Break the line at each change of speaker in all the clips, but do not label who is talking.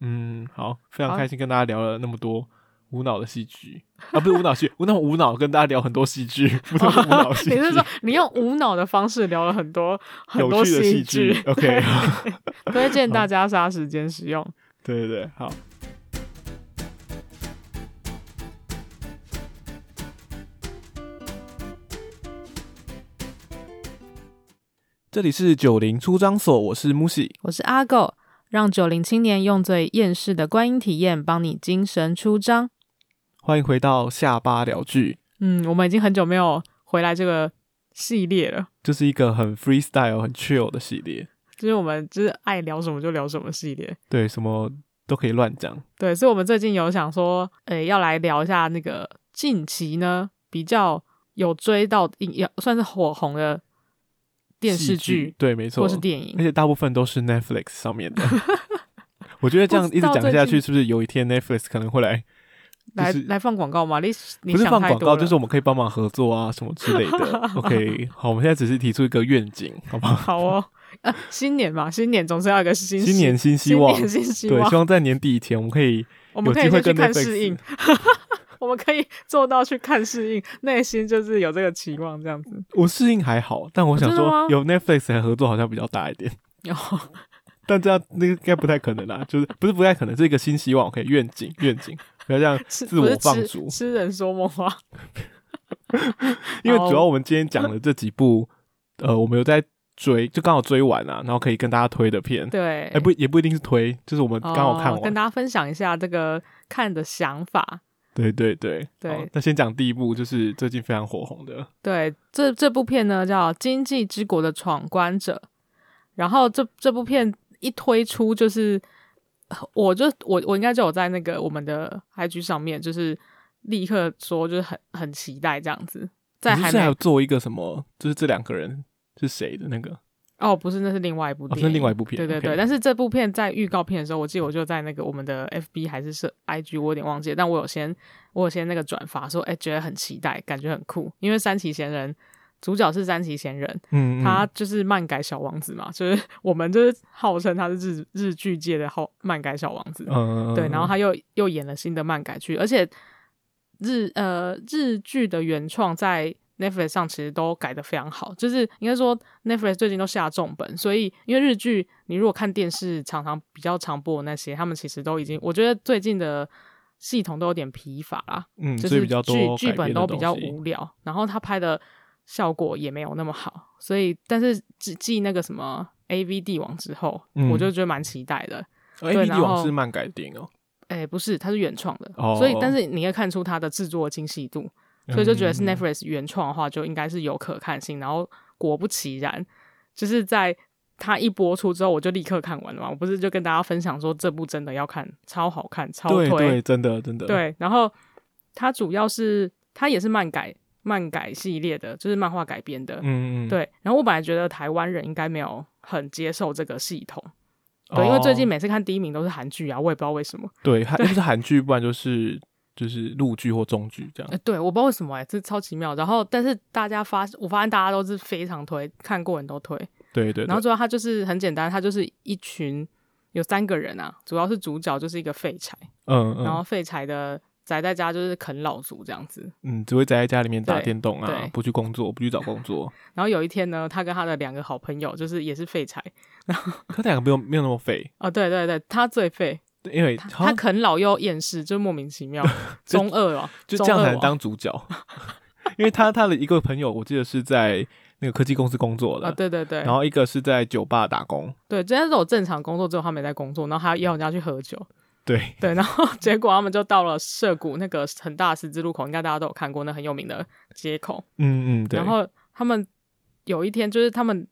嗯好，非常
好
开心跟大家聊了那么多无脑的戏剧 啊，不是无脑戏，无脑无脑跟大家聊很多戏剧，不是 无脑戏
你
剧，
是说你用无脑的方式聊了很多很
有
多
趣的戏
戏
剧
剧？
？OK，
推荐大家杀时间使用。
对对对，好。这里是九零出张所，我是 Musi。
我是阿狗，让九零青年用最厌世的观影体验帮你精神出张。
欢迎回到下巴聊剧，
嗯，我们已经很久没有回来这个系列了，
这是一个很 freestyle、很 chill 的系列，
就是我们就是爱聊什么就聊什么系列。
对，什么都可以乱讲。
对，所以我们最近有想说，诶，要来聊一下那个近期呢比较有追到也算是火红的电视
戏剧
剧
对，没
或
错，
是电
而
影。
且大部分都是 Netflix 上 面的。我觉得这样一直讲下去，是不是有一天 Netflix 可能会来，
来
就是
来放广告吗？你你
不是
想
放
太
广
多
告，
了。
就是我们可以帮忙合作啊什么之类 的。OK，好，我们现在只是提出一个愿景，好不好？
好哦，呃，新年嘛，新年总是要有一个新
新年新希
新
望，
年新希
对，
望
希。望在年底以前我们可以
我们
有
可
机
以
会
先
跟
去看适应
Netflix，，
我们可以做到去看适应，内心就是有这个期望这样子。
我适应还好，但我想
哦真的
说
吗哦
有 Netflix 来合作好像比较大 一点，
然后
但这样那个应该不太可能啦，就是不是不太可能，是一个新希望，OK，愿景愿景，不要这样
是
自
不是
我放
痴
逐，
痴人说梦话。
因为
好
主要我们今天讲的这几部，呃，我们有在追，就刚好追完啊，然后可以跟大家推的片，
对，
哎，不也不一定是推，就是我们刚好看
哦跟
完，
大家分享一下这个看的想法。
对对对
对
好那先讲第一部，就是最近非常火红的，
对，这这部片呢叫《经济之国的闯关者》，然后这这部片一推出就是，我就我我应该就有在那个我们的 IG 上面，就是立刻说就是很很期待这样子，在
你是不
还
是还
没
有做一个什么，就是这两个人是谁的那个，
哦不是那是另外一部
哦，
电
是
影，
另外一部片，
对对
OK
对，但是这部片在预告片的时候，我记得我就在那个我们的 FB 还是是 IG，我有点忘记了，但我有先我有先那个转发说，哎、觉得很期待，感觉很酷，因为三崎贤人主角是三崎贤人，
嗯，嗯
他就是漫改小王子嘛， 就是我们就是号称他是日日剧界的号漫改小王子，
嗯，
对，然后他又又演了新的漫改剧，而且日呃日剧的原创在 Netflix 上其实都改的非常好，就是应该说 Netflix 最近都下重本，所以因为日剧你如果看电视常常比较常播的那些，他们其实都已经我觉得最近的系统都有点疲乏啦，
嗯，
就
所以
是
比较
剧
多
剧
改
本
编的
都比较
东西
无聊，然后他拍的效果也没有那么好，所以但是继继那个什么 A V 帝王之后，
嗯
我就觉得蛮期待的。
哦，A
对
B
然
D 网
后
是漫改电影哦，
哎、不是，它是原创的，
哦
所以但是你可以看出它的制作精细度，所以就觉得是
嗯
Netflix 原创的话，就应该是有可看性。然后果不其然，就是在它一播出之后，我就立刻看完了嘛。我不是就跟大家分享说这部真的要看，超好看，超推，
对对，真的真的，
对，然后它主要是它也是漫改漫改系列的，就是漫画改编的，
嗯，嗯嗯，
对。然后我本来觉得台湾人应该没有很接受这个系统，对，因为最近
哦
每次看第一名都是韩剧啊，我也不知道为什么。
对，韩就是韩剧，不然就是就是陆剧或中剧这样
呃，。对，我不知道为什么哎、这超奇妙。然后，但是大家发，我发现大家都是非常推，看过人都推。
对对，
然后
对
主要它就是很简单，它就是一群有三个人啊，主要是主角就是一个废柴，
嗯嗯，
然后废柴的宅在家就是啃老族这样子。
嗯，只会宅在家里面打
对
电动啊
对，
不去工作，不去找工 作。
然后有一天呢，他跟他的两个好朋友，就是也是废柴
可两个没有没有那么肥，
哦，对对对，他最废，
对因为
他
好
他
像
啃老又厌世，就莫名其 妙，
就
中二哦，
就
中
这样
二
才能
哦
当主角。 因为他他的一个朋友，我记得是在那个科技公司工作
啊，
的，
对对对，
然后一个是在酒吧打工。
对，真的是我正常工作之后， 他没在工作，然后他要人家去喝酒，
对，
对，然后 结果他们就到了涉谷那个很大的十字路口，应该大家都有看过那很有名的街口。
嗯嗯，对。
然后他们有一天就是他们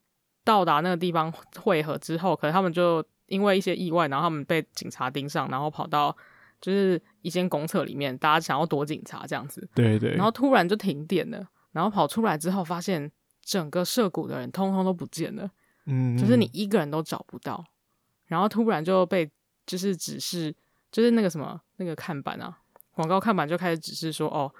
到达那个地方汇合之后，可能他们就因为一些意外，然后他们被警察盯上，然后跑到就是一间公厕里面，大家想要躲警察这样子。
对对，
然后突然就停电了，然后跑出来之后发现整个涉谷的人通通都不见了。
嗯，
就是你一个人都找不到，然后突然就被就是指示，就是那个什么那个看板啊，广告看板就开始指示说，哦，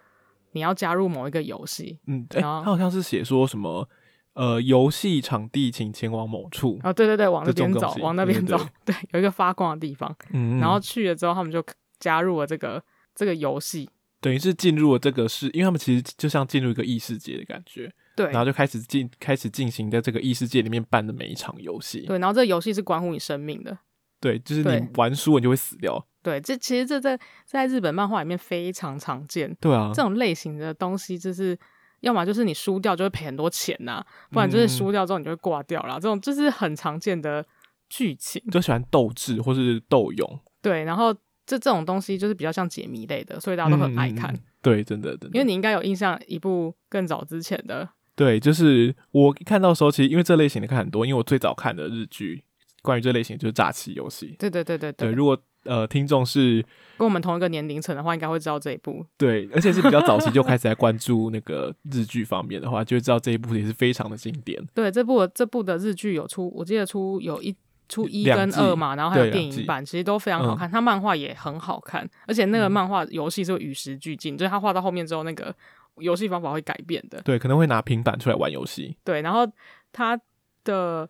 你要加入某一个游戏，
嗯，哎，
然后
他好像是写说什么。呃，游戏场地请前往某处。
哦，对对对，往那
这种
边
东
走，
西
往那
对
边
对
走，对，有一个发光的地方。
嗯，
然后去了之后，他们就加入了这个这个游戏。
等于是进入了这个世，因为他们其实就像进入一个异世界的感觉，
对
然后就开始进开始进行在这个异世界里面办的每一场游戏。
对，然后这个游戏是关乎你生命的。
对，就是
对
你玩输了你就会死掉。
对，这其实这在在日本漫画里面非常常见。
对啊，
这种类型的东西，就是要么就是你输掉就会赔很多钱呐、不然
嗯
就是输掉之后你就会挂掉啦。这种就是很常见的剧情。
就喜欢斗智或是斗勇，
对，然后这这种东西就是比较像解谜类的，所以大家都很爱看。
嗯嗯嗯对，真的，真的，
因为你应该有印象一部更早之前的，
对，就是我看到的时候，其实因为这类型的看很多，因为我最早看的日剧关于这类型就是诈欺游戏。
对对对对对，
对，如果呃听众是
跟我们同一个年龄层的话，应该会知道这一部。
对，而且是比较早期就开始在关注那个日剧方面的话，就会知道这一部也是非常的经典。
对，这部这部的日剧有出，我记得出有一出一
两
跟
季
二嘛，然后还有
对
电
两
影
季嗯
版，其实都非常好看。它漫画也很好看，而且那个漫画游戏是会与时俱进，就是它画到后面之后，那个游戏方法会改变的。
对，可能会拿平板出来玩游戏。
对，然后它的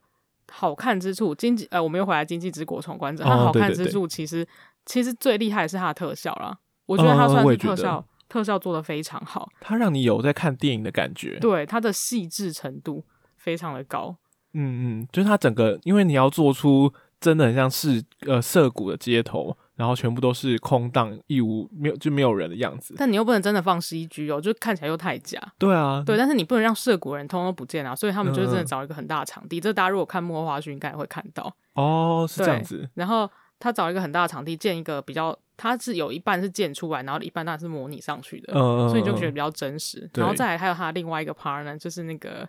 好看之处，经济呃，我们又回来《经济之国闯关者》，它
哦
好
对
看
对
之
对
处其实其实最厉害的是它的特效啦，我觉得它
嗯
算
我
是
也觉得
特效、特效做的非常好，
它让你有在看电影的感觉。
对它的细致程度非常的高。
嗯嗯，就是它整个，因为你要做出真的很像是呃涩谷的街头，然后全部都是空荡一无没有就没有人的样子。
但你又不能真的放 CG 哦，就看起来又太假。
对啊，
对，但是你不能让涉谷人通通不见啊，所以他们就是真的
嗯嗯
找一个很大的场地。这大家如果看幕后花絮，应该也会看到。
哦，是这
对
样子。
然后他找一个很大的场地，建一个比较，它是有一半是建出来，然后一半当然是模拟上去的，
嗯，
所以你就觉得
嗯
比较真实。
对
然后再来还有他另外一个 partner，就是那个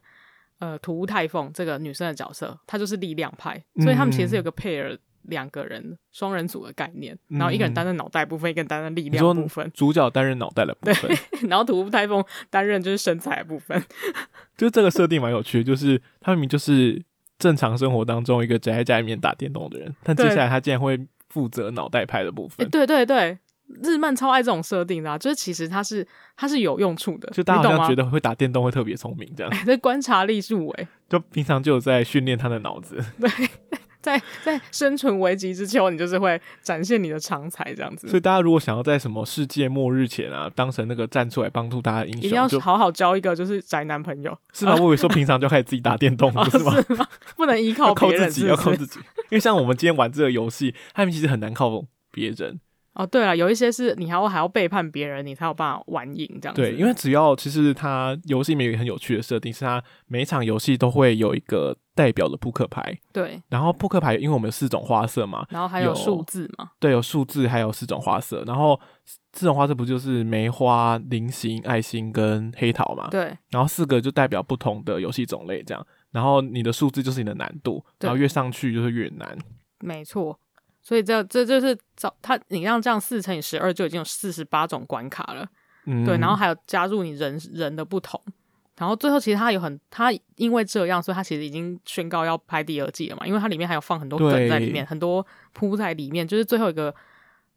呃土屋太凤这个女生的角色，她就是力量派，所以他们其实
嗯
是有个 pair 两个人双人组的概念，然后一个人担任脑袋部分，一个人担任力
嗯你说
量部分，
嗯主角担任脑袋的部分，
然后土屋太凤担任就是身材的部分。
就是这个设定蛮有趣的，就是他明明就是正常生活当中一个宅在家里面打电动的人，但接
对
下来他竟然会负责脑袋派的部
欸
分，
对 对对，日漫超爱这种设定的、啊，就是其实它是它是有用处的，
就大家
你
好
懂吗
像觉得会打电动会特别聪明，这样
这观察力欸入微，
就平常就有在训练他的脑子，
在在生存危机之秋，你就是会展现你的长才这样
所
子。
以大家如果想要在什么世界末日前啊，当成那个站出来帮助大家的英
一定要
雄，就
好好交一个就是宅男朋友，
是吗？我以为说平常就开始自己打 电动，
啊
不是吗？
是吗？不能依 靠
要靠
别
自
人，
己，
是
要
不
靠
是？
自己，因为像我们今天玩这个游戏，他们其实很难靠别人。
哦，对了，有一些是你还要还要背叛别人，你才有办法玩赢这样子。
对，因为只要其实它游戏里面有一个很有趣的设定，是它每一场游戏都会有一个代表的扑克牌，
对，
然后扑克牌因为我们有四种花色嘛，
然后还
有
数字嘛，
对，有数字还有四种花色，然后四种花色不就是梅花、菱形、爱心跟黑桃嘛？
对
然后四个就代表不同的游戏种类这样，然后你的数字就是你的难度，
对
然后越上去就是越难。
没错，所以这这就是找他，你让这样四乘以十二就已经有四十八种关卡了，
嗯，
对，然后还有加入你人人的不同，然后最后其实他有很他因为这样，所以他其实已经宣告要拍第二季了嘛，因为它里面还有放很多梗
对
在里面，很多铺在里面，就是最后一个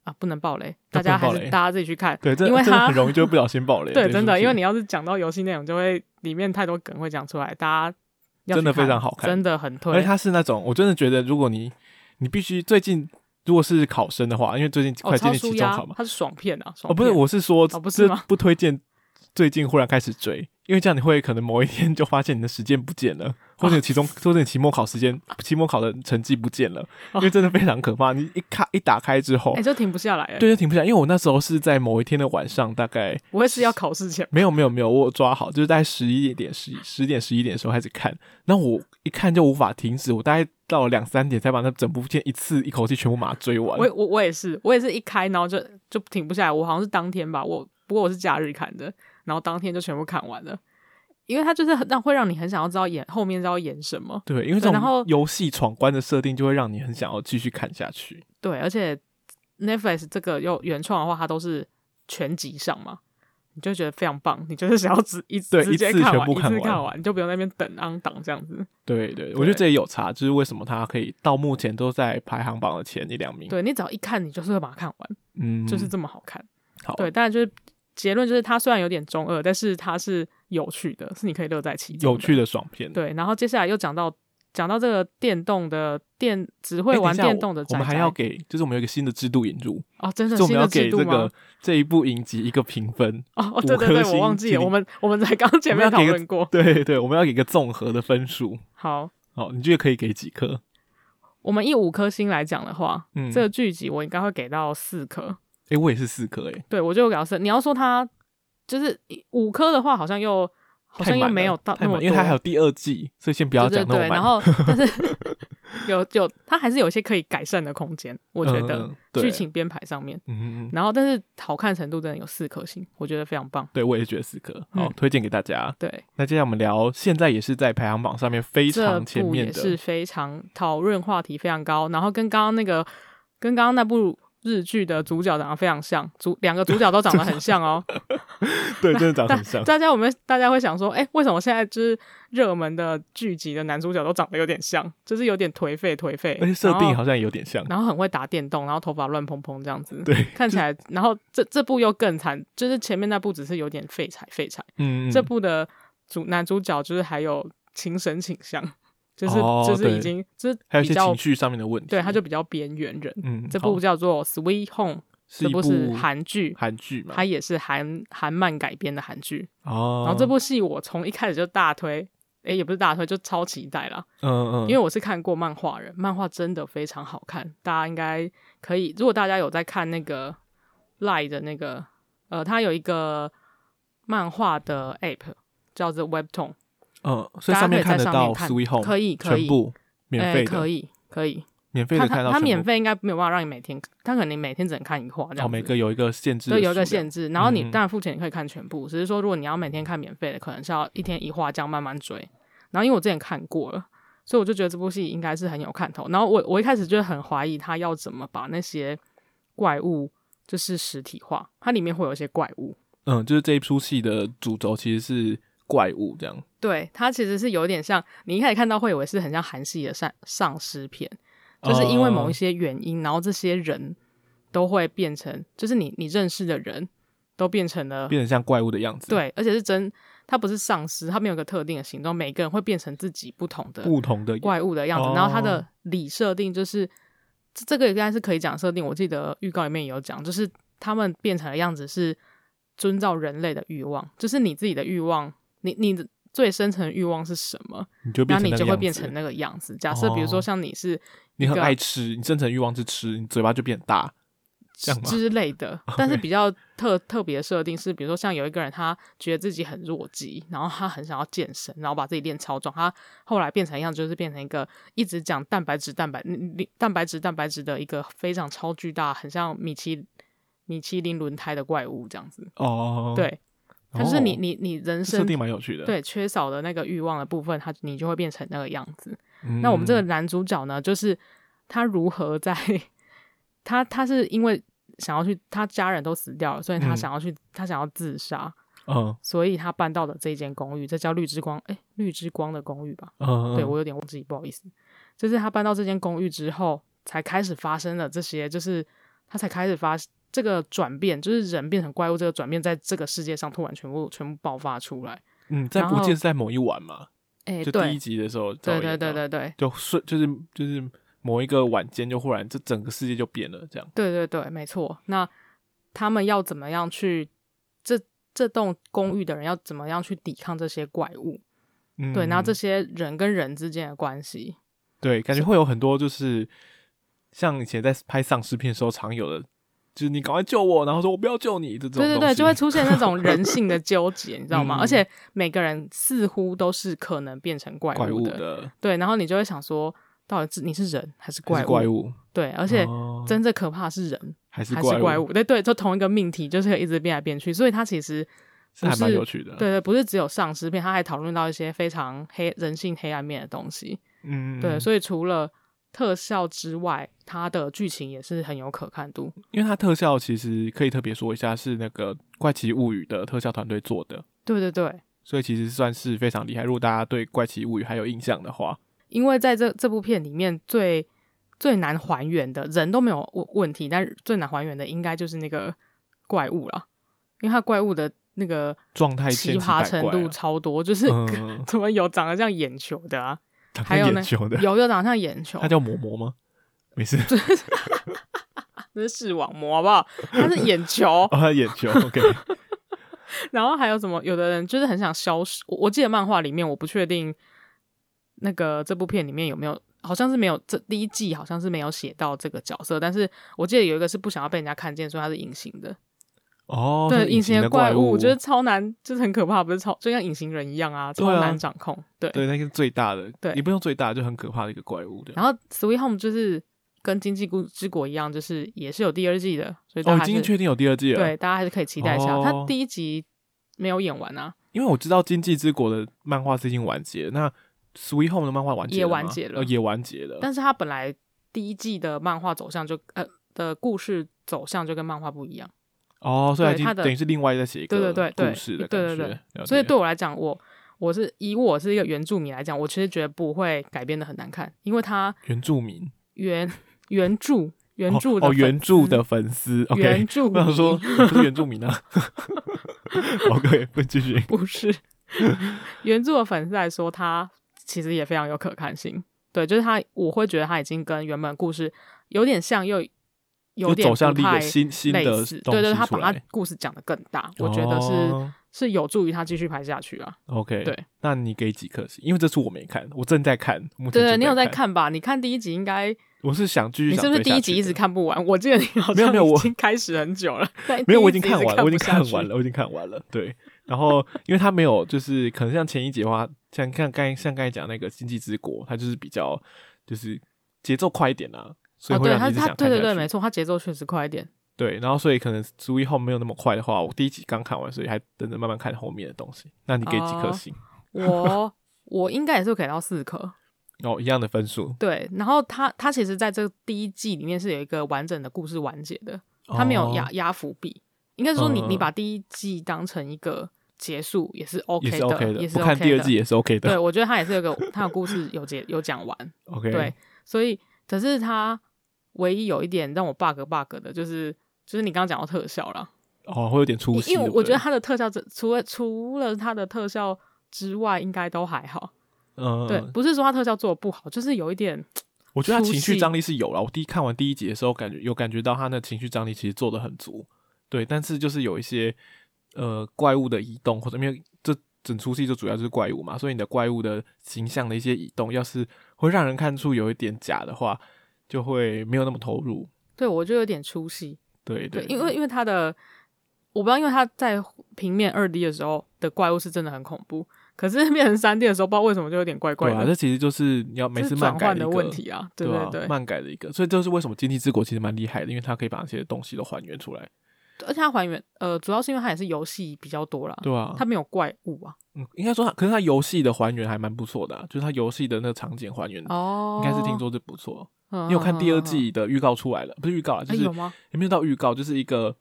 啊不能爆雷，大
对
家
不能爆
还是
雷
大家自己去看，
对，这
因为
这
它
很容易就会不小心爆雷。
对，真的，因为
你
你要是讲到游戏内容，就会里面太多梗会讲出来，大家要去
真的
看
非常好看
真的很推，
而且它是那种，我真的觉得如果你你必须最近如果是考生的话，因为最近
哦
快接
超
近
舒
期中
压
考嘛，，
它是爽片啊，爽
哦，不是，
片
我是说，
哦不是
就
吗
不推荐最近忽然开始追，因为这样你会可能某一天就发现你的时间不见了，或者
哦
你期中，或者你期末考时间、期末考的成绩不见了，因
哦
为真的非常可怕。你一开一打开之后
哎、，就停不下来、欸。
对，就停不下来。因为我那时候是在某一天的晚上，大概
不会是要考 试前
没有没有没有，我有抓好，就是大概十一点十十点十一点的时候开始看，然后我一看就无法停止，我大概到了两三点才把那整部片一次一口气全部把它追完。
我我我也是，我也是一开，然后就就停不下来。我好像是当天吧，我不过我是假日看的，然后当天就全部看完了，因为它就是很让会让你很想要知道演后面是要演什么。
对，因为
对
这
然后
种游戏闯关的设定就会让你很想要继续看下去。
对，而且 Netflix 这个又原创的话，它都是全集上嘛，你就觉得非常棒，你就是想要直一
对
直接
一次
看
全
完，
部
一
看
次看
完
完，你就不用在那边等昂档这样子。
对对，我觉得这也有差，就是为什么它可以到目前都在排行榜的前一两名。
对你只要一看，你就是会把它看完，
嗯，
就是这么好看。
好，
对，当然就是结论就是，它虽然有点中二，但是它是有趣的，是你可以乐在其中。
有。趣的爽片。
对，然后接下来又讲到讲到这个电动的电，只会
诶
玩
哎等一下
电动的
我
宅宅，
们还要给，就是我们有一个新的制度引入，
哦，真
就
的
是我
新
们
的
要
制
给
度
这
吗？
个这一部影集一个评 分。
哦哦，
五
对对对，
颗
我忘
星
记了，
请
我们我们才刚前
我们
面
要
讨
给一个
论过。
对对，我们要给一个综合的分数。
好，
哦，你觉得可以给几颗？
我们以五颗星来讲的话，
嗯，
这个剧集我应该会给到四颗。
诶，我也是四颗诶。
对我就表示，你要说它就是五颗的话，好像又好
太
像又
满
没
了
有到
太
那么
满，
多，
因为它还有第二季，所以先不要
对
讲
对
那么
对，
满。
然后但是有有它还是有一些可以改善的空间，我觉得
嗯嗯对
剧情编排上面。
嗯嗯嗯，
然后，但是好看程度真的有四颗星，我觉得非常棒。
对我也觉得四颗，好
嗯
推荐给大家。
对，
那接下来我们聊，现在也是在排行榜上面非
这
常前
部
面
也
的，
是非常讨论话题非常高，然后跟刚刚那个跟刚刚那部日剧的主角长得非常像，主两个主角都长得很像 哦。
对，真的长得
大
很 像。
大家我们大家会想说，哎、为什么现在就是热门的剧集的男主角都长得有点像，就是有点颓废颓废，
而且设定
然后
好像也有点像，
然后很会打电动，然后头发乱蓬蓬这样子，
对，
看起来，然后这这部又更惨，就是前面那部只是有点废柴废柴，
嗯，嗯
这部的主男主角就是还有情神倾向，就是、
哦
就是已
对
经就是
还有一
比
些
较
情绪上面的问题，
对，他就比较边缘人。
嗯，
这
好
部叫做《Sweet Home》，
是
这
一
部
部
是韩剧，
韩剧嘛
它，也是韩韩漫改编的韩剧。
哦，
然后这部戏我从一开始就大推，诶，也不是大推，就超期待啦。
嗯嗯，
因为我是看过漫画人，漫画真的非常好看，大家应该可以。如果大家有在看那个 Lie 的那个，呃，它有一个漫画的 App 叫做 Webtoon，
嗯，所以上
大家可以
面看得
在上面
到
看
Sweet Home，
可以可以
全部免
诶
费
哎可
的，
以可以，
免费
它
的看
它
到
它
全
免
部
费应该没有办法让你每天，它可能每天只能看一话这样
哦，
子。
每个有一个限制，
对，有一个限
制，
制，然后你
嗯嗯
当然付钱你可以看全部，只是说如果你要每天看免费的，可能是要一天一话这样慢慢追。然后因为我之前看过了，所以我就觉得这部戏应该是很有看头。然后我我一开始就很怀疑他要怎么把那些怪物就是实体化，它里面会有一些怪物。
嗯，就是这一出戏的主轴其实是怪物这样，
对，它其实是有点像你一开始看到会以为是很像韩系的丧丧尸片，就是因为某一
哦
些原因，然后这些人都会变成，就是你你认识的人都变成了
变成像怪物的样子，，
嗯对，而且是真，它不是丧尸，它没有一个特定的形状，每个人会变成自己不同的
不同的
怪物的样子。然后它的
哦
理设定就是，这这个应该是可以讲设定，我记得预告里面也有讲，就是他们变成的样子是遵照人类的欲望，就是你自己的欲望，你你的最深层的欲望是什么，
你就变
然后
成
你
那个
就会
样
变
子
成那个样子。假设比如说
哦
像你是
你
一
很
个
爱吃，你深层欲望是吃，你嘴巴就变大，这样吗？
之类的，但是比较特特别的设定是，比如说像有一个人，他觉得自己很弱鸡，然后他很想要健身，然后把自己练超壮，他后来变成一样，就是变成一个一直讲蛋白质、蛋白、嗯嗯蛋白质、蛋白质的一个非常超巨大，很像米其米其林轮胎的怪物这样子。
哦，，
对，他就是你
哦
你你人
这设
生
定蛮有趣的。，
对缺少的那个欲望的部分，他你就会变成那个样子。
嗯
那我们这个男主角呢，就是他如何在他他是因为想要去他家人都死掉了，所以他
嗯
想要去、他想要自杀，
嗯
所以他搬到了这间公寓，这叫绿之光，哎、绿之光的公寓吧？
嗯，
对
嗯
我有点忘记，不好意思。就是他搬到这间公寓之后，才开始发生了这些，就是他才开始发这个转变，就是人变成怪物这个转变，在这个世界上突然全部全部爆发出来。
嗯，在
然
不
后
见是在某一晚嘛，
哎、
就第一
对，
集的时候，
对对对，对对，
就瞬就是就是某一个晚间就忽然这整个世界就变了，这样
对对对，没错。那他们要怎么样去这这栋公寓的人要怎么样去抵抗这些怪物？
嗯
对，然后这些人跟人之间的关系，
对感觉会有很多就是像以前在拍丧尸片的时候常有的，就是你赶快救我，然后说我不要救你这种
对对
东
对，
西
就会出现 那种人性的纠结，你知道吗？
嗯
而且每个人似乎都是可能变成怪
怪
物
物
的，
的
对，然后你就会想说，到底是你是人还是
还
怪
是
物？
怪物，
对，而且
哦
真正可怕的是人
还是
还是
怪
怪，物？对对，就同一个命题，就是可以一直变来变去，所以它其实
是还
不
蛮
是
有趣的，
对对，不是只有丧尸片，他还讨论到一些非常黑人性黑暗面的东西。
嗯，嗯，
对，
嗯
所以除了特效之外，它的剧情也是很有可看度。
因为它特效其实可以特别说一下，是那个《怪奇物语》的特效团队做的，
对对对，
所以其实算是非常厉害。如果大家对《怪奇物语》还有印象的话，
因为在这这部片里面最最难还原的人都没有问问题，但最难还原的应该就是那个怪物了。因为它怪物的那个
状态
奇
千奇
葩
百
程
怪
度
啊，
超多，就是、
嗯
怎么有长得像眼球的啊，
长
还有
得
呢
眼球的，
有有长得像眼球
他，叫嬷嬷吗？没事，
那是视网膜好不好？它是眼球，
哦，他眼球，OK，
然后还有什么？有的人就是很想消失。我我记得漫画里面，我不确定那个这部片里面有没有，好像是没有。这第一季好像是没有写到这个角色，但是我记得有一个是不想要被人家看见，所以他是隐形的。
哦，
对，
是隐
隐形
的
的怪
物，
我觉得超难，就是很可怕，不是超就像隐形人一样啊，
对
超
啊
难掌控。对。
对，那个是最大的，
对
你不用最大，就很可怕的一个怪物，这样
然后《Sweet Home》就是跟《经济之国》一样，就是也是有第二季的，所以大
哦，
家
已
还是、
经确定有第二季了，
对大家还是可以期待一下。
哦
他第一集没有演完啊，
因为我知道《经济之国》的漫画是已经完结，那《Sweet Home》的漫画完结
也
了吗
完结了
哦也完结了。
但是他本来第一季的漫画走向就呃的故事走向就跟漫画不一样，
哦，所以它
对
已经
它的
等于是另外再写一个
对对对对
故事的感
对
觉，
对对
了解
所以对我来讲，我我是以我是一个原著迷来讲，我其实觉得不会改编的很难看，因为它
原住民
原原著原著的
哦哦
粉
原著
丝
的粉丝，OK，
原著
我想说
迷
不是原住民啊 ，OK，不继续
不是原著的粉丝来说，它其实也非常有可看性。对，就是它，我会觉得它已经跟原本故事有点像，又 有
就
点
走向
不
另一
太
个新新的
类
东
似
西，
对对，他
出
把他
来，
故事讲得更大，我觉得是、
哦
是有助于他继续拍下去啊。
OK，
对，
那你给几颗星？因为这次我没看，我正在看，目前
对对，
正
你有在
在？
看吧？你看第一集应该，
我是想继续，
你是不是第一集一直？看不完？我记得你好
没有
像
没有
已
我
经开始很久了，但
没有，
第一
我已经
集一直
看完了，我已经
看
看
不下去啊
完。了，我已经看完了。对，然后因为他没有，就是可能像前一集的话，像看刚才像刚才讲那个《经济之国》，它就是比较就是节奏快一点啊，所以
哦，
会
对
让
他
你一直
他
想
对
看
对
下
对，
去
没错，他节奏确实快一点。
对，然后所以可能《足以后》没有那么快的话，我第一集刚看完，所以还等着慢慢看后面的东西。那你给几颗
哦
星？
我我应该也是给到四颗，
哦，一样的分数。
对。然后他他其实在这第一季里面是有一个完整的故事完结的，他没有
哦
压压伏笔，应该是说你
嗯
你把第一季当成一个结束也是 OK
也
的，
是 OK 的，
也是
不看
OK
第二
的。
季也是 OK
对，
的。
我觉得他也是有个 他的故事有结有讲完，
OK，
对，所以可是他唯一有一点让我 bug bug 的就是就是你刚刚讲到特效啦，
哦，会有点出戏。
因为
对不
我觉得
对，
他的特效这除了除了他的特效之外，应该都还好。
嗯，
对，不是说他特效做的不好，就是有一点，
我觉得他
出
情绪
戏
张力是有了。我第一看完第一集的时候，感觉有感觉到他的情绪张力其实做的很足，对。但是就是有一些呃怪物的移动，或者因为这整出戏就主要就是怪物嘛，所以你的怪物的形象的一些移动，要是会让人看出有一点假的话，就会没有那么投入。
对我就有点出戏。
对啊
对，因为因为他的，我不知道，因为他在平面二 D 的时候的怪物是真的很恐怖，可是变成三 D 的时候，不知道为什么就有点怪怪
对啊，这
的，
其实就是你要每
这
次
是
漫
转
改
换
一
的
个
问题啊。对
啊
对，
漫改的一个，所以这是为什么《经济之国》其实蛮厉害的，因为它可以把那些东西都还原出来，
而且它还原，呃，主要是因为它也是游戏比较多啦，
对啊，
它没有怪物啊。
嗯，应该说它，可是它游戏的还原还蛮不错的啊、就是它游戏的那个场景还原，
哦嗯
应，该是听，说是不错。
你
你有看第二？季的预告出来了？不是预告啊，就
哎，
是
有
有
吗？
没有到预告？就是一个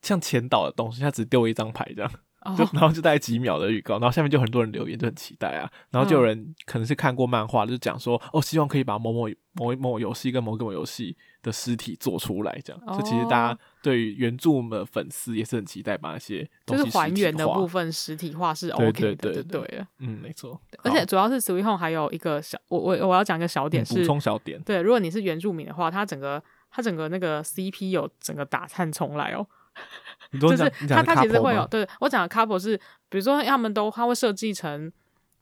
像前导的东西，它只丢一张牌这样，
哦
就然后就大概几秒的预告，然后下面就很多人留言，就很期待啊。然
嗯
后就有人可能是看过漫画，就讲说哦，希望可以把某某某某游戏跟某个某游戏的尸体做出来这样。就其实大
哦
家对于原著的粉丝也是很期待把那些
就
东
是
西
还原的部
分。
分，实体化是
对
OK
对
的，
对
就
对
对了。
嗯，没错。
而
好
且主要是 Sweet Home 还有一个小，我我我要讲一个小点
嗯补
是，
充小点，
对，如果你是原住民的话，它整个它整个那个 CP 有整个打探重来哦，
你都
就
讲
是
你
它
讲
它其实会有，
couple 吗
对我讲的 couple 是，比如说他们都他会设计成，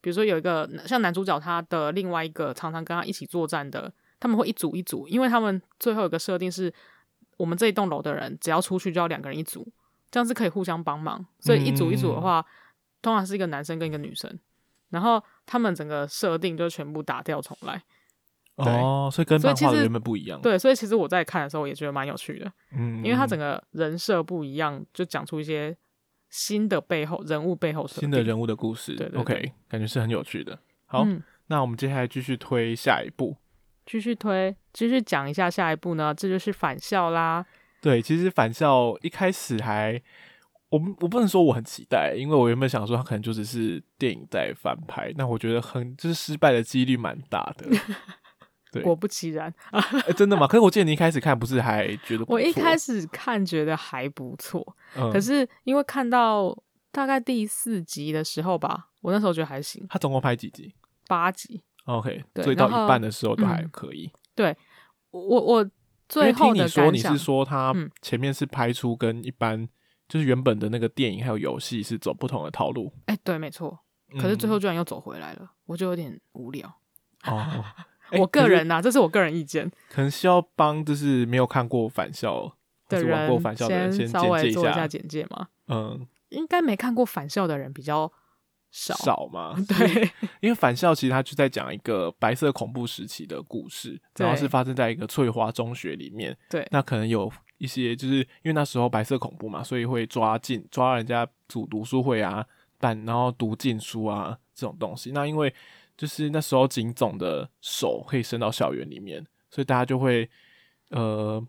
比如说有一个像男主角他的另外一个常常跟他一起作战的，他们会一组一组，因为他们最后有个设定是，我们这一栋楼的人只要出去就要两个人一组，这样是可以互相帮忙，所以一组一组
嗯
的话，通常是一个男生跟一个女生，然后他们整个设定就全部打掉重来。对
哦，所以跟
所以
漫
其
画的
实
原本不一样。，
对，所以其实我在看的时候也觉得蛮有趣的，
嗯，
因为他整
个
个人设不一样，就讲出一些新的背后人物背后设
新的
定
人物的故事
对对对
o k 感觉是很有趣的。好，
嗯，
那我们接下来继续推下一部。
继续推，继续讲一下下一步呢，这就是返校啦。
对，其实返校一开始还，我们我不能说我很期待，因为我原本想说他可能就只 是电影在翻拍，那我觉得很就是失败的几率蛮大的。对
果不其然，
哎真的吗？可是我记得你一开始看不是还觉得不
我一
错
开，始看觉得还不错，
嗯、
可是因为看到大概第四集的时候吧，我那时候觉得还行，
他总共拍几集
八集。
？OK，
对
所以到
然后
一半的时候都还
嗯
可以。
我我我
因
最
为
后
听
的
你
感
说
想
你是说他
嗯
前面是拍出跟一般就是原本的那个电影还有游戏是走不同的套路，
哎、对，没错。可是最后
嗯
居然又走回来了，我就有点无聊。
哦，哎
我个
可是
人呐、这是我个人意见
可能需要帮就是没有看过返校或
的
是玩
人
过返校的人先
先稍
简介
微
一
做一
下，
简介嘛。
嗯，
应该没看过返校的人比较少，
少 嘛，就是
对
因为返校其实它就在讲一个白色恐怖时期的故事，
对
然后是发生在一个翠华中学里面。
对
那可能有一些就是因为那时候白色恐怖嘛，所以会抓进抓人家组读书会啊，办然后读禁书啊这种东西。那因为就是那时候警总的手可以伸到校园里面，所以大家就会呃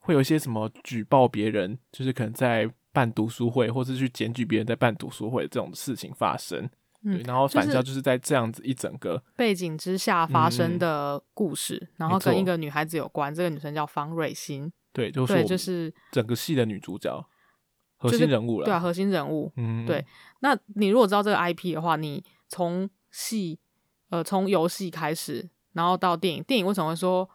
会有一些什么举报别人，就是可能在办读书会，或是去检举别人在办读书会这种事情发生。
嗯
对，然后
就是
返校就是在这样子一整个，
背景之下发生
嗯
的故事，然
没
后跟
错
一个女孩子有关。这个女生叫方瑞欣，
对，就是我
对，
们
就是
整个戏的女主角，核
就是
心人物了。
对啊，核心人物。
嗯，
对那你如果知道这个 IP 的话，你从戏，呃，从游戏开始，然后到电影，电影为什么会说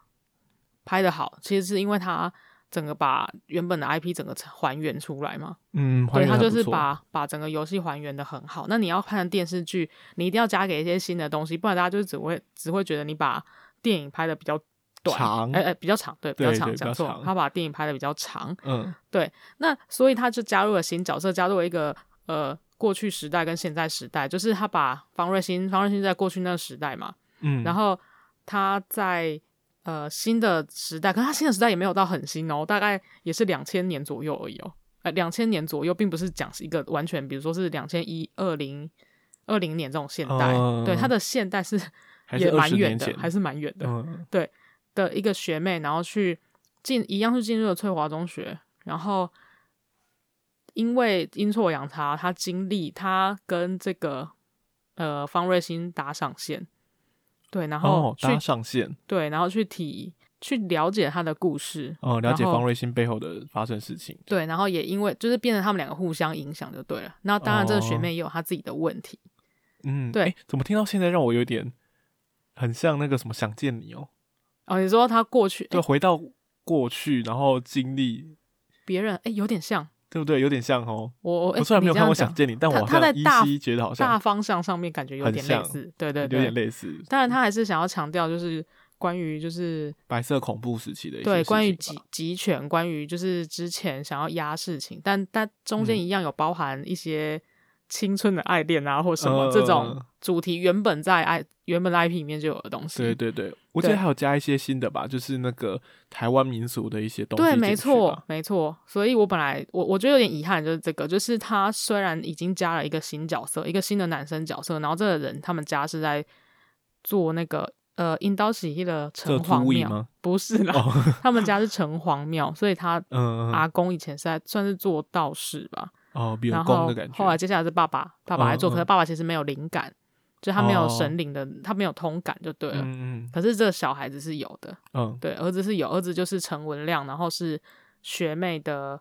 拍的好？其实是因为它整个把原本的 IP 整个还原出来嘛。
嗯，还
对，
原
它
还
就
不
是
错
把把整个游戏还原的很好。那你要看电视剧，你一定要加给一些新的东西，不然大家就只会只会觉得你把电影拍的比较短，
长
哎、哎比较长，对，比较
对
长，
对比较
讲错了
长，
他把电影拍的比较长。
嗯
那所以他就加入了新角色，加入了一个呃过去时代跟现在时代，就是他把方瑞欣，方瑞欣在过去那个时代嘛，
嗯，
然后他在呃新的时代，可是他新的时代也没有到很新哦，大概也是两千年左右而已哦，呃两千年左右，并不是讲一个完全，比如说是两千一二零二零年这种现代，
嗯
对他的现代是
还是
也蛮
20
远
年
的，
前
还是蛮远的，
嗯
的一个学妹，然后去进一样是进入了翠华中学，然后因为阴错阳差，她经历她跟这个呃方瑞欣搭上线，对，然后
哦，
去、
搭上线
对，然后去体去了解她的故事，
哦，了解
然后
方瑞欣背后的发生事情，
对，然后也因为就是变成他们两个互相影响就对了。那当然，这个学
哦
妹也有她自己的问题，
嗯，
对
诶，怎么听到现在让我有点很像那个什么想见你哦，
哦，你说她过去
对，
对
回到过去，然后经历，
别人哎、有点像
对不对？有点像哦，
我，我
我虽然没有看过想
想
见你，但我
他
好
他在
像依
大
稀觉得好
大
像
方向上面感觉有
很
点类
像
似，对对
有
对，
点类似
当然，他还是想要强调，就是关于就是
白色恐怖时期的一些
对
事
关于
情
集
吧
集权，关于就是之前想要压事情，但但中
嗯
间一样有包含一些青春的爱恋啊，或什么、这种
呃
主题，原本在 I 原本的 IP 里面就有的东西。
对对对，我记得
对
还有加一些新的吧，就是那个台湾民俗的一些东西
对，
进
没
去
错
吧，，
没错。所以我本来我我觉得有点遗憾，就是这个，就是他虽然已经加了一个新角色，一个新的男生角色，然后这个人他们家是在做那个呃印刀洗衣的
这
城隍
猪尾
庙，
吗？
不是啦，
哦，
他们家是城隍庙，所以他
嗯，
阿公以前是在算是做道士吧，
哦，比
啊然
有
后
功的感觉。
后来接下来是爸爸，爸爸来做，
嗯嗯
可是爸爸其实没有灵感，就他没有
哦
神灵的，他没有通感就对了。
嗯嗯
可是这个小孩子是有的，
嗯，
对，儿子是有，儿子就是陈文亮，然后是学妹的，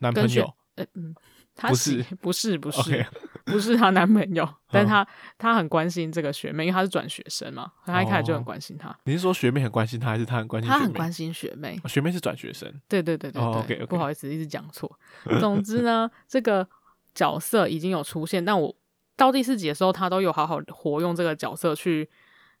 男
跟
朋
学
友
呃嗯，他
不
喜
是
不是不是
OK 嗯
不是她男朋友， 但他他很关心这个学妹，因为他是转学生嘛，他一开始就很
哦
关心她，
你是说学妹很关心他，还是他很关心学
他
妹？
很关心学妹，
哦学妹是转学生，
对对对对对、
哦，OK，OK
不好意思，一直讲错。总之呢，这个角色已经有出现，但我到第四集的时候，他都有好好活用这个角色去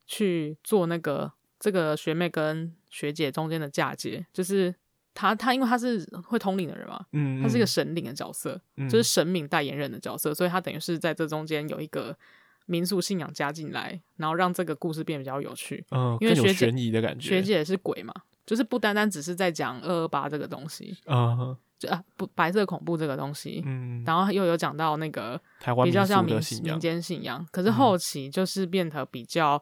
去做那个这个学妹跟学姐中间的嫁接，就是他他因为他是会通灵的人嘛，
嗯，
他是一个
嗯
神灵的角色，
嗯
就是神明代言人的角色，所以他等于是在这中间有一个民俗信仰加进来，然后让这个故事变得比较有趣。
嗯，
因为
更有
学姐
悬疑的感觉。
学姐是鬼嘛，就是不单单只是在讲二二八这个东西，
嗯
就啊不白色恐怖这个东西，
嗯，
然后又有讲到那个
台湾
比较
民俗
像
的
民
信
民
仰，嗯
间信仰，可是后期就是变得比较，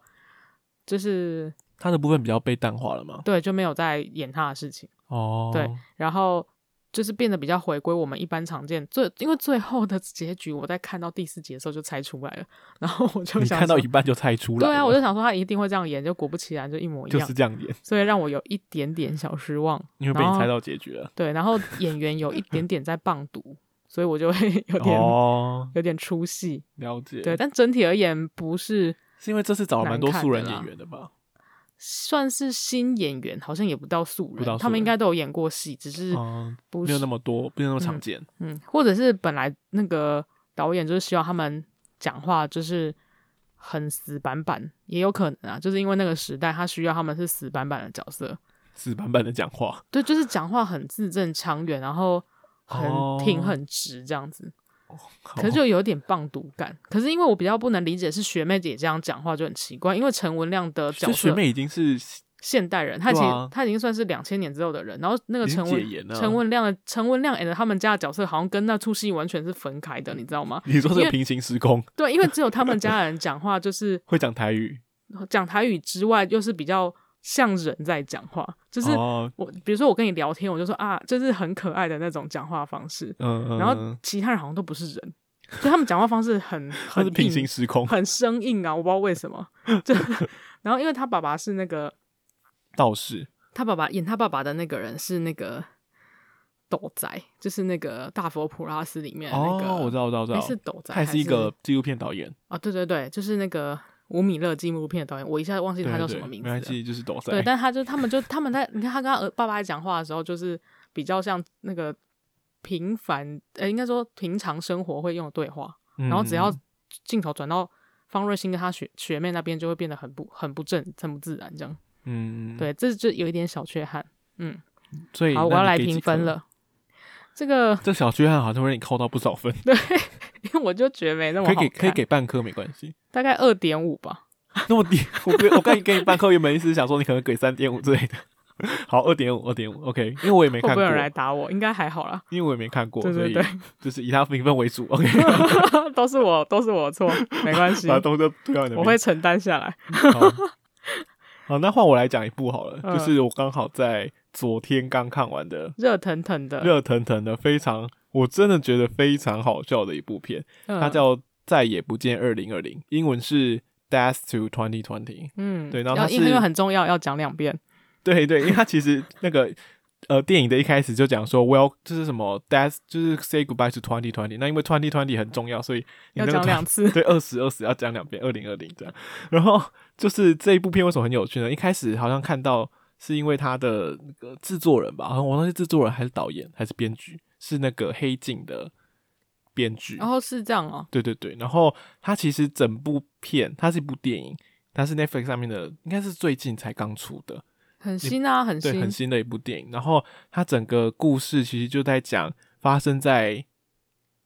就是
他的部分比较被淡化了嘛。
对就没有在演他的事情，
哦，
对然后就是变得比较回归我们一般常见。最因为最后的结局，我在看到第四集的时候就猜出来了，然后我就
你
想
看到
说
一半就猜出来了，
对啊，我就想说他一定会这样演，就果不其然就一模一
就
样，
是这样演，
所以让我有一点点小失望。
因为被
然
你
后
猜到结局了。
对，然后演员有一点点在棒读，所以我就会 有点、
哦，
有点出戏。
了解。
对，，但整体而言不是
是因为这次找了蛮多素人
难看的啦
演员的吧？
算是新演员，好像也不到素
不
人，
到素
他们应
人
该都有演过戏，只是
嗯，
不
没
是、
有那么多，没有那么常
嗯
见。
嗯，或者是本来那个导演就是希望他们讲话就是很死板板，也有可能啊，就是因为那个时代他需要他们是死板板的角色，
死板板的讲话，
对，就是讲话很字正腔圆，然后很
哦
挺很直这样子。
可
可是就有点棒读感。可是因为我比较不能理解，是学妹姐这样讲话就很奇怪，因为陈文亮的角
这学
色
妹已经是
现代人，他已经、
对啊
他已经算是两千年之后的人，然后那个
已经
陈
解
文。
严了。
陈文亮的陈文亮 and 他们家的角色好像跟那出戏完全是分开的，你知道吗？
你说这
因为
个平行时空
对，因为只有他们家的人讲话就是
会讲台语，
讲台语之外，又是比较像人在讲话，就是
哦，
我比如说我跟你聊天，我就说啊，就是很可爱的那种讲话方式，
嗯，嗯
然后
嗯
其他人好像都不是人，所以他们讲话方式 很
它
很
是平
硬
行时空
很生硬啊，我不知道为什么。 就然后因为他爸爸是那个
道士，
他爸爸演他爸爸的那个人是那个斗仔，就是那个大佛普拉斯里面的那个，
哦，我知道，我知道，我知
诶
道，
是斗
他
仔还
也
是
是一个纪录片导演，
啊、对对对，就是那个吴米勒纪录片的导演，我一下忘记
对
他
对
叫
对
什么名字
没
了。
关系，就是斗
对，
赛，
但他就他们就他们在你看他跟他儿爸爸在讲话的时候，就是比较像那个平凡呃，应该说平常生活会用的对话，然后只要
嗯
镜头转到方瑞欣跟他学学妹那边，就会变得很不很不正很不自然这样。
嗯，
对，这就有一点小缺憾。嗯，
所以
好，我
那
要
你
来
给几
评分
颗。
了。这个，
这小缺憾好像会让你扣到不少分，
因为我就觉得没 那么
可
好
以给可以
看
给半颗没关系。
大概二点五吧。
那么低，我不我刚才给你半颗，原本意思是想说你可能给三点五之类的。好，二点五，二点五，OK，因为我也没
会
看
不
过
会有，人来打我？应该还好啦，
因为我也没看过，
对
所
对
以
对，
就是以他评分为主，OK，
都是我，都是我的错，没关系，
把东西都推到你的
我
面
会承担下来。
好，好，那换我来讲一部好了，
嗯
就是我刚好在昨天刚看完的
热腾腾的，
热腾腾的，非常我真的觉得非常好笑的一部片，它
嗯
叫《再也不见二零二零》，英文是。Death to Twenty Twenty，
嗯，
对然后
要
它
因为
是
很重要，要讲两遍。
对对，因为它其实那个 呃电影的一开始就讲说，Well，就是什么 Death，就是 Say Goodbye to Twenty Twenty，那因为 Twenty Twenty 很重要，所以你
要
那个
讲
20-。
两次
对，二十二十要讲两遍，二零二零这样。然后就是这一部片为什么很有趣呢？一开始好像看到是因为他的那个制作人吧，好像我忘记制作人还是导演还是编剧，是那个《黑镜》的编剧。
然后是这样哦，
对对对，然后它其实整部片它是一部电影，它是 Netflix 上面的，应该是最近才刚出的。
很新啊，很
对，
新
很，新的一部电影。然后它整个故事其实就在讲发生在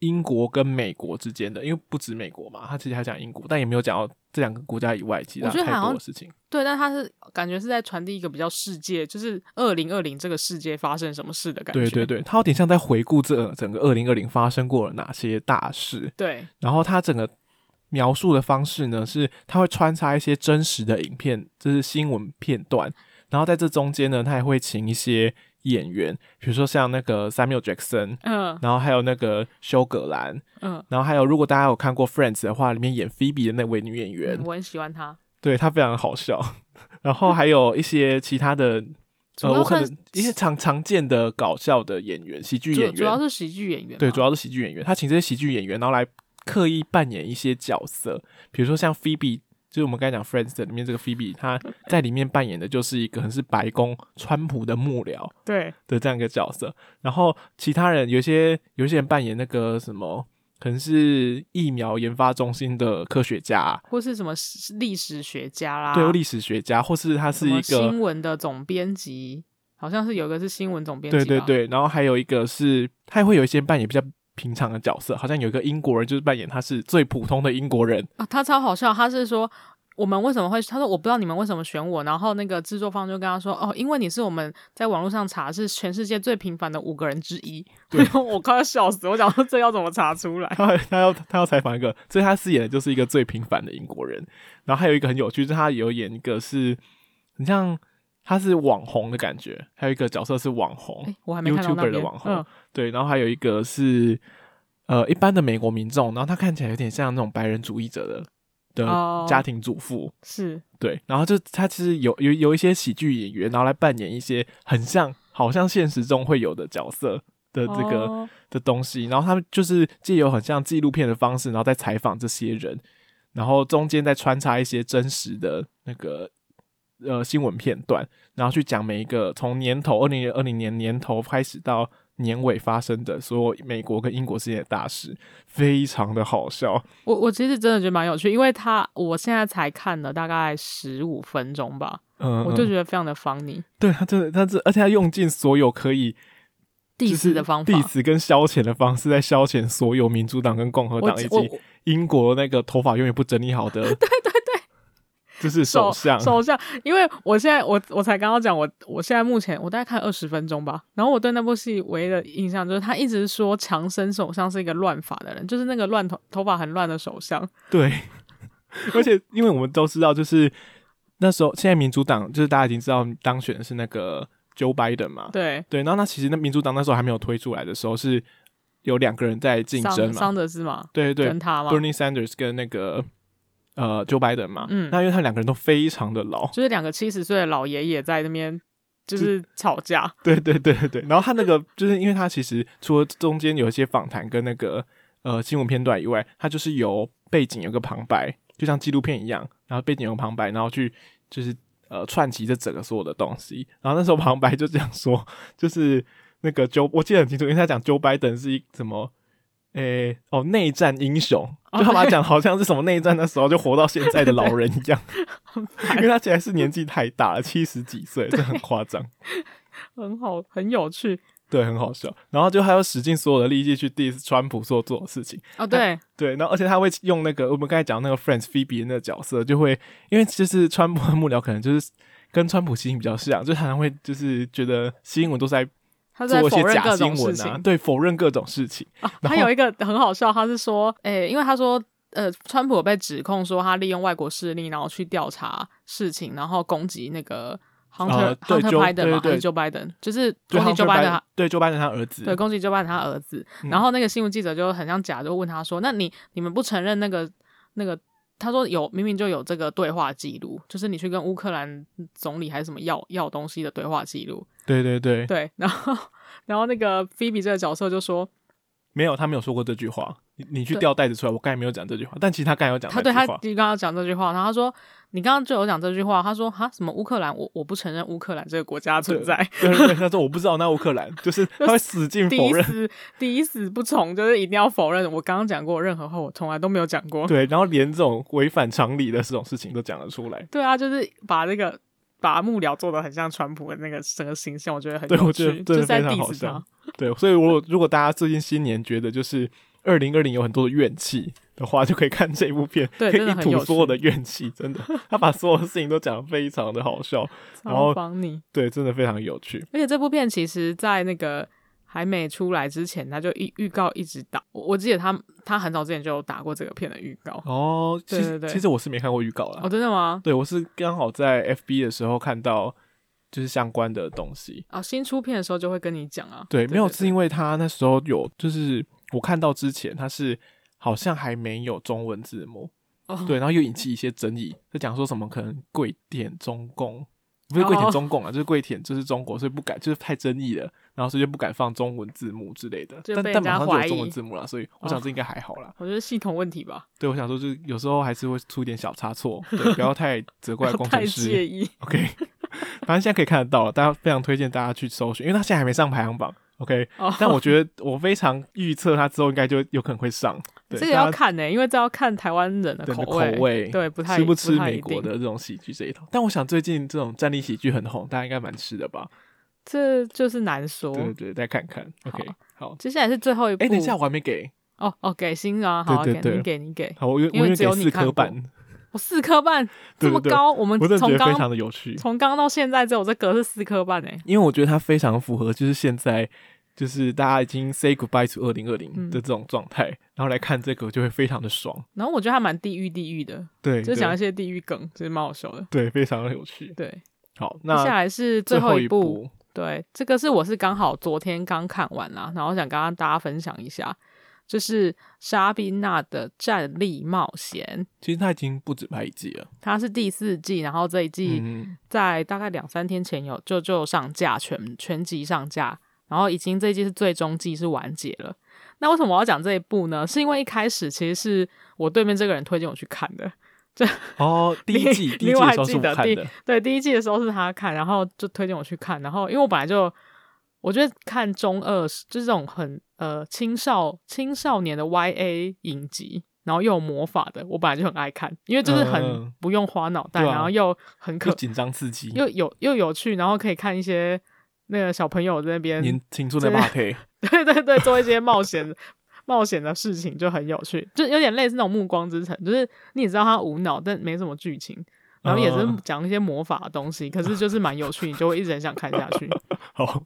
英国跟美国之间的，因为不止美国嘛，它其实还讲英国，但也没有讲到这两个国家以外其他
我觉得
太
好
多
像
的事情。
对，但它是感觉是在传递一个比较世界，就是二零二零这个世界发生什么事的感觉。
对对对，它有点像在回顾这整个二零二零发生过了哪些大事，
对
然后它整个。描述的方式呢，是它会穿插一些真实的影片，就是新闻片段，然后在这中间呢，它也会请一些演员，比如说像那个 Samuel Jackson，
嗯
然后还有那个休葛兰，
嗯，
然后还有，如果大家有看过《Friends》的话，里面演 Phoebe 的那位女演员，
我很喜欢他，
对她非常好笑。 然后还有一些其他的，
主
呃，
要
我可
算
能一些常常见的搞笑的演员，喜剧
主
演
主要
员，
是啊喜剧演员嘛，
对，主要是喜剧演员。他请这些喜剧演员，然后来刻意扮演一些角色，比如说像 Phoebe，就是我们刚才讲《Friends》里面这个 Phoebe，她在里面扮演的就是一个很是白宫川普的幕僚，
对
的这样一个角色。然后其他人有一些有一些人扮演那个什么，可能是疫苗研发中心的科学家、
或是什么史历史学家啦，
对，历史学家，或是他
啊
是
什么
一个
新闻的总编辑，好像是有一个是新闻总编
对
辑，
对，对，然后还有一个是他也会有一些扮演比较平常的角色，好像有一个英国人就是扮演他是最普通的英国人，
啊，他超好笑，他是说。我们为什么会？他说我不知道你们为什么选我。然后那个制作方就跟他说：“哦，因为你是我们在网络上查是全世界最平凡的五个人之一。” 对，我快要笑死！我想说这要怎么查出 来？
他他要他要采访一个，所以他饰演的就是一个最平凡的英国人。然后还有一个很有趣，就是他有演一个是很像他是网红的感觉，还有一个角色是网红
哎、我还没看到
YouTuber
那边
的网红，
嗯
对，然后还有一个是呃一般的美国民众，然后他看起来有点像那种白人主义者的
哦
的家庭主妇，
是
对，然后就他其实有有有一些喜剧演员，然后来扮演一些很像好像现实中会有的角色的这个、
哦
的东西，然后他们就是借由很像纪录片的方式，然后再采访这些人，然后中间再穿插一些真实的那个呃新闻片段，然后去讲每一个从年头二零二零年年头开始到年尾发生的所有美国跟英国之间的大事，非常的好笑。
我我其实真的觉得蛮有趣，因为他我现在才看了大概十五分钟吧，
嗯，
我就
嗯
觉得非常的方你
对他真的，他这而且他用尽所有可以
地
就是
的方法
弟。子跟消遣的方式，在消遣所有民主党跟共和
我
党以
我
及英国那个头发永远不整理好的， 对对对，就是首相，
首相，因为我现在我我才刚刚讲，我我现在目前我大概看二十分钟吧，然后我对那部戏唯一的印象就是他一直说强生首相是一个乱发的人，就是那个乱头头发很乱的首相，
对。 而且，因为我们都知道，就是那时候现在民主党就是大家已经知道当选的是那个 Joe Biden 嘛，
对，
对。然后那其实那民主党那时候还没有推出来的时候，是有两个人在竞
桑
争嘛，
桑德斯嘛，
对对对
跟他嘛，
，Bernie Sanders 跟那个呃 Joe Biden 嘛，
嗯
那因为他们两个人都非常的老，
就是两个七十岁的老爷爷在那边就是吵架，
对对对对对，然后他那个就是因为他其实除了中间有一些访谈跟那个呃新闻片段以外，他就是由背景有个旁白，就像纪录片一样，然后背景有个旁白，然后去就是呃串起这整个所有的东西。然后那时候旁白就这样说，就是那个 Joe，我记得很清楚，因为他讲 Joe Biden 是一什么。诶、哦，内战英雄，
哦
就他把他讲好像是什么内战的时候就活到现在的老人一样，因为他实在是年纪太大了，七十几岁，这很夸张。
很好，很有趣
对，很好笑。然后就他要使尽所有的力气去 diss 川普所做的事情。
哦，对，
对，然后而且他会用那个我们刚才讲那个 Friends Phoebe 的那个角色，就会因为就是川普的幕僚可能就是跟川普心情比较像，就常常会就是觉得新闻都是在
他在
做一
否
些
认
假
各
新
种事
闻啊，
情。
对，否认各种事情。
啊，
然
他
后
有一个很好笑，他是说，诶、因为他说，呃，川普有被指控说他利用外国势力，然后去调查事情，然后攻击那个 Hunter、
呃对
Hunter
Joe-
Biden 嘛，
对
还
对
是 Joe Biden，就是
对，
攻击 Joe
Hunter
Biden，
Biden- 对 Joe Biden 他儿子，
对，攻击 Joe Biden 他儿子。
嗯
然后那个新闻记者就很像假，就问他说：“那你你们不承认那个那个？”他说有，明明就有这个对话记录，就是你去跟乌克兰总理还是什么要要东西的对话记录。
对对对，
对，然后 然后那个 Phoebe 这个角色就说，
没有，他没有说过这句话。你你去
对
调袋子出来，我刚才没有讲这句话，但其实他刚才有讲
他
这
对
句
他
话。
就刚刚讲这句话，然后他说你刚刚就有讲这句话，他说哈什么乌克兰，我我不承认乌克兰这个国家存在，
对对对，他说我不知道那乌克兰， 就是他会死劲
抵
否认，
死抵死不从，就是一定要否认我刚刚讲过任何话，我从来都没有讲过。
对，然后连这种违反常理的这种事情都讲得出来，
对啊，就是把那个把幕僚做的很像川普的那个整个形象，我觉得很
对
有
我觉得
趣，就
真
是
的
在
非常好
diss
笑
他。。
对，所以我如果大家最近新年觉得就是二零二零有很多的怨气的话，就可以看这部片，
对
可
真
以
的
一
很有
吐
趣
所有的怨气，真的，他把所有事情都讲得非常的好笑，然后
超帮你。
对，真的非常有趣。
而且这部片其实，在那个还没出来之前，他就预预告一直打。我我记得他他很早之前就有打过这个片的预告。
哦，其
对
实
对对
其实我是没看过预告啦，
哦，真的吗？
对我是刚好在 FB 的时候看到就是相关的东西，
啊，新出片的时候就会跟你讲啊。
对，没有，是
对
因为他那时候有，就是我看到之前他是好像还没有中文字幕，
哦，
对，然后又引起一些争议，就讲说什么可能跪舔中共，不是跪舔
哦
中共啊，就是跪舔就是中国，所以不敢，就是太争议了，然后所以就不敢放中文字幕之类的，
就
但
被
但
人
马
家
上就
怀
有中文
疑哦
字幕了，所以我想这应该还好啦。
我觉得系统问题吧，
对，我想说就是有时候还是会出一点小差错，对， 不要太责
不
怪
要
工
太
程师
介意。
OK，反正现在可以看得到了，大家非常推荐大家去搜寻，因为他现在还没上排行榜。OK，、
哦
但我觉得我非常预测他之后应该就有可能会上。 对，
这个要
大家
看呢、因为这要看台湾人的
对你的
味。
口味
对，不太
吃不
不
吃
太
美
一
国
定
的这种喜剧这一套。但我想最近这种战力喜剧很红，大家应该蛮吃的吧？
这就是难说。
对对对，再看看。OK，好。
接下来是最后一部。
哎、等一下，我还没给，
哦哦，给星啊，好啊
对对对
给你给你给，
好，我我
因为
愿意
只有
给
你
四
看
颗
过
半，
我四颗半这
对
么
对对
高，我们
我真的觉
从
得非常
刚
的有趣，
从刚到现在只有这个是四颗半哎、
因为我觉得它非常符合就是现在就是大家已经 say goodbye to 二零二零
嗯
的这种状态，然后来看这个就会非常的爽。
然后我觉得还蛮地狱地狱的，
对，
就
对
讲一些地狱梗，其实蛮好笑的。
对，非常的有趣。
对，
好，
接下
那
来是
最
最后一
一
部，，对，这个是我是刚好昨天刚看完啦，然后想跟大家分享一下，就是莎宾娜的《战力冒险》，
其实它已经不止拍一季了。
它是第四季，然后这一季
嗯，
在大概两三天前有就就上架全全集上架，然后已经这一季是最终季是完结了。那为什么我要讲这一部呢？是因为一开始其实是我对面这个人推荐我去看的，
哦，第一季第
另
一季的时候是
另外记
我
得
看的，
对，第一季的时候是他看，然后就推荐我去看，然后因为我本来就我觉得看中二是就是这种很呃青少青少年的 Y A 影集，然后又有魔法的，我本来就很爱看，因为就是
嗯
很
嗯
不用花脑袋，
对啊
然后又很
又
可
紧张刺激，
又有又有趣，然后可以看一些那个小朋友在那边
年青春的
嗯对
马配，
对对对，做一些冒险冒险的事情就很有趣，就有点类似那种《暮光之城》，就是你也知道它无脑，但没什么剧情，然后也是
嗯
讲一些魔法的东西，可是就是蛮有趣，你就会一直很想看下 去。
好，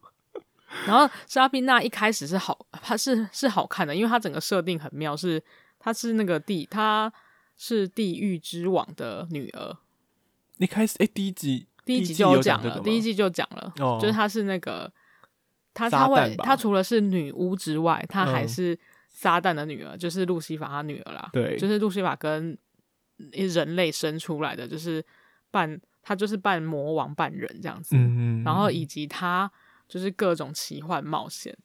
然后莎宾娜一开始是好，她是是好看的，因为她整个设定很妙，是她是那个地，她是地狱之王的女儿。
一开始哎，第一集
第一集
季
就
有
讲
这个
了，
吗
第一季就讲了，
哦
就是她是那个，她
撒
她
旦
会，
吧
她除了是女巫之外，她还
嗯
是撒旦的女儿，就是路西法她女儿啦。
对
就是路西法跟人类生出来的，就是半她就是半魔王半人这样子。
嗯嗯，
然后以及他就是各种奇幻冒险。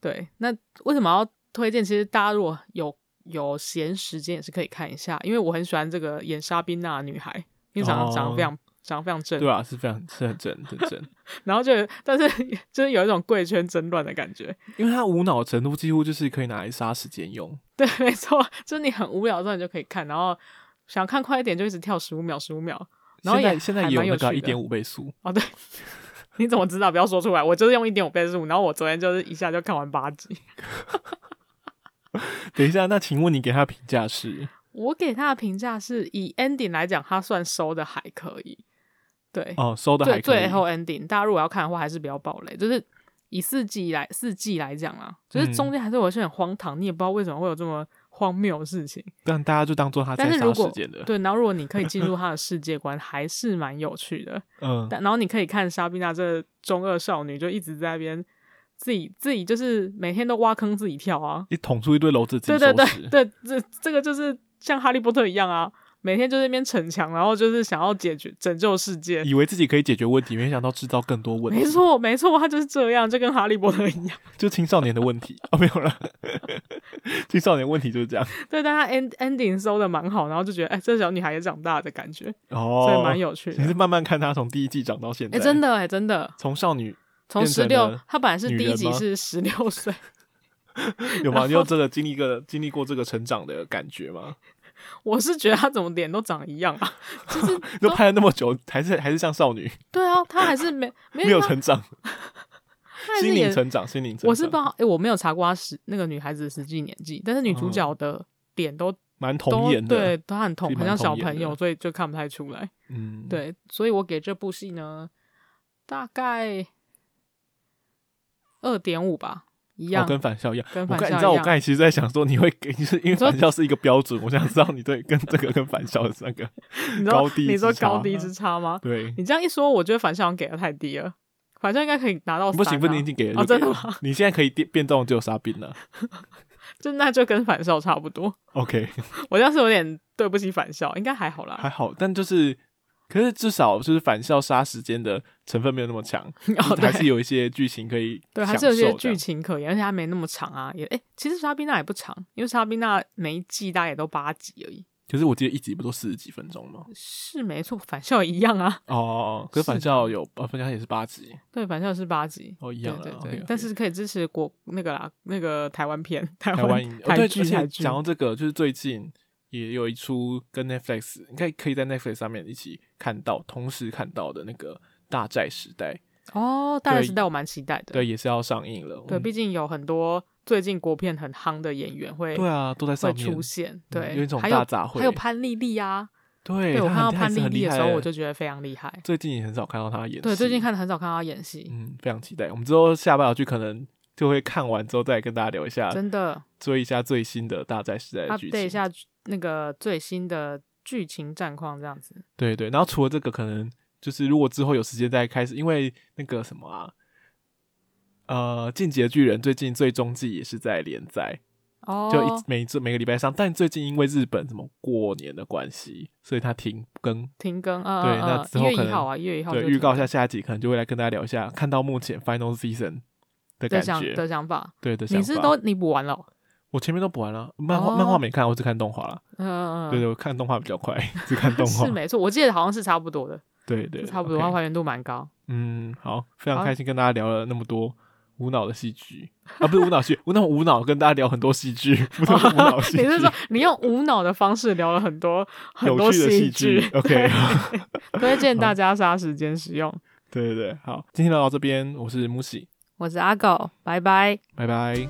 对，那为什么要推荐？其实大家如果有有闲时间也是可以看一下，因为我很喜欢这个演莎宾娜的女孩，因为长得
哦
长得非常、长得非常正，
对啊，是非常是很正很正，
然后就但是就是有一种贵圈争乱的感觉。
因为它无脑程度几乎就是可以拿来杀时间用，
对，没错，就是你很无聊的时候你就可以看，然后想看快一点就一直跳十五秒十五秒，然后
现
也
在现在
还
也有
蛮有
那个一
趣的
点五倍速，
哦，对， 你怎么知道？不要说出来，我就是用一点五倍速，然后我昨天就是一下就看完八集。
等一下，那请问你给他的评价是？
我给他的评价是以 ending 来讲，他算收的还可以。对，
哦，收的还可
最
以。
最后 ending，大家如果要看的话，还是不要暴雷。就是以四季来四季来讲啦，
嗯
就是中间还是有一些很荒唐，你也不知道为什么会有这么荒谬的事情。
但大家就当做他
但
在
是如
杀
果
时间的。
对，然后如果你可以进入他的世界观，还是蛮有 趣的。
嗯，
但然后你可以看莎宾娜这中二少女，就一直在那边自己自己就是每天都挖坑自己跳啊，
你捅出一堆篓子自
对
己
对
收
对
拾。
对，这这个就是像哈利波特一样啊，每天就在那边逞强，然后就是想要解决拯救世界。
以为自己可以解决问题，没想到制造更多问题。
没，错，没错，他就是这样，就跟哈利波特一样。
就青少年的问题哦，没有了。青少年问题就是这样
对，但他 end ending 收的蛮好，然后就觉得，哎、这小女孩也长大的感觉，
哦，
所以蛮。有趣的。
你是慢慢看他从第一季长到现
哎、
在，
真的哎、真的，
从少女
从
变成
十六
了，
他本来是
女
第一
人
集
吗
是十六岁，
有吗？
然
你有这个经历个经历过这个成长的感觉吗？
我是觉得他怎么脸都长一样啊， 就是
都拍了 那么久，还是还是像少女，
对啊，他还是没没
没有
他
成长，
他还是
心灵
演
成长，心灵成长。
我是不知道，哎诶，我没有查过她实那个女孩子的实际年纪，但是女
嗯
主角的脸都、
蛮童
都
颜的，
对，都很
其
童，
实蛮
很像小
童颜
朋友，
的
所以就看不太出来。
嗯，，
对，所以我给这部戏呢，大概二点五吧，一样。
哦、跟返校一样。
跟
我
返
刚你
校
知道
一
我
样
刚才其实在想说你会给， 就是因为
说
返校是一个标准，我想知道你对跟这个跟返校的三 个
你知道
高低
你说
之差嗯
高低之差吗？
对。
你这样一说，我觉得反校好像给的太低了，反校应该可以拿到、
不行，不行，已，经给了
哦
就
真
给了
的吗
你现在可以变变动只有沙冰了。
就那就跟反校差不多。
OK，
我这样是有点对不起反校，应该还好啦。
还好，但就是，可是至少就是返校杀时间的成分没有那么强，
哦，对
还。是有一些剧情可以
对，还
享
是有
受
些
这
剧
样。
情可言，而且它没那么长啊。也哎、其实莎宾娜也不长，因为莎宾娜每一季大概也都八集而已，
可是我记得一集不都四十几分钟吗？
是没错。返校一样啊，
哦哦，哦可是返
是
校有呃，返校也是八集
对，返校是八集，
哦，一
对
样啊
对对。
OK，OK
但是可以支持国那个啦，那个台湾片、台
台
湾
湾影哦对，
台
而
剧、台
且
剧
讲到这个，就是最近也有一出跟 Netflix，应该可以在 Netflix 上面一起看到，同时看到的那个《大债时代》，
哦，《大学
对
时代》我蛮期待的，
对，也是要上映了。
对，
嗯
毕竟有很多最近国片很夯的演员会
对啊，都在
会
上面
出。现，对，
有一种
还有
大杂烩
还有潘丽丽啊，
对，
对我
他
看到
很他也
潘
是
丽
很
丽
厉
的
害
时候，
的
我就觉得非常厉害。
最近也很少看到他演戏。
对，最近看的很少看到她演戏，
嗯，非常期待。我们之后下半小剧可能就会看完之后再跟大家聊一下，
真的。
追一下最新的《大债时代》的剧
update 一
情。
下那个最新的剧情战况，这样子。
对对，然后除了这个，可能就是如果之后有时间再开始，因为那个什么啊，呃，《进击的巨人》最近最终季也是在连载，
哦，
就一每周每个礼拜上。但最近因为日本什么过年的关系，所以它停更。
停更啊，
对
嗯
那
嗯
之后
一
可
月一
能
号啊，一月一号
对，
就
预
停
告一下下一集，可能就会来跟大家聊一下，看到目前 final season 的感
的想
觉，
的想法，
对的想
你
法。
是都你补完了哦？
我前面都补完了，漫画、漫
哦
画没看，我只看动画了。
嗯，嗯嗯
对对，我看动画比较快， 只看动画
是。没错，我记得好像是差不多的，
对对，
差不多，它
OK
还原度 蛮高。
嗯，好，非常
好
开心跟大家聊了那么多无脑的戏剧啊，不是无脑戏，无脑无脑跟大家聊很多戏剧，不是无脑戏
哦你是说
剧，
你用无脑的方式聊了很多很
有
多
趣的
戏
戏剧 OK，
对 推荐大家杀时间使用。
对对对，好，今天聊到这边，我是木喜，
我是阿狗，拜拜。
拜拜。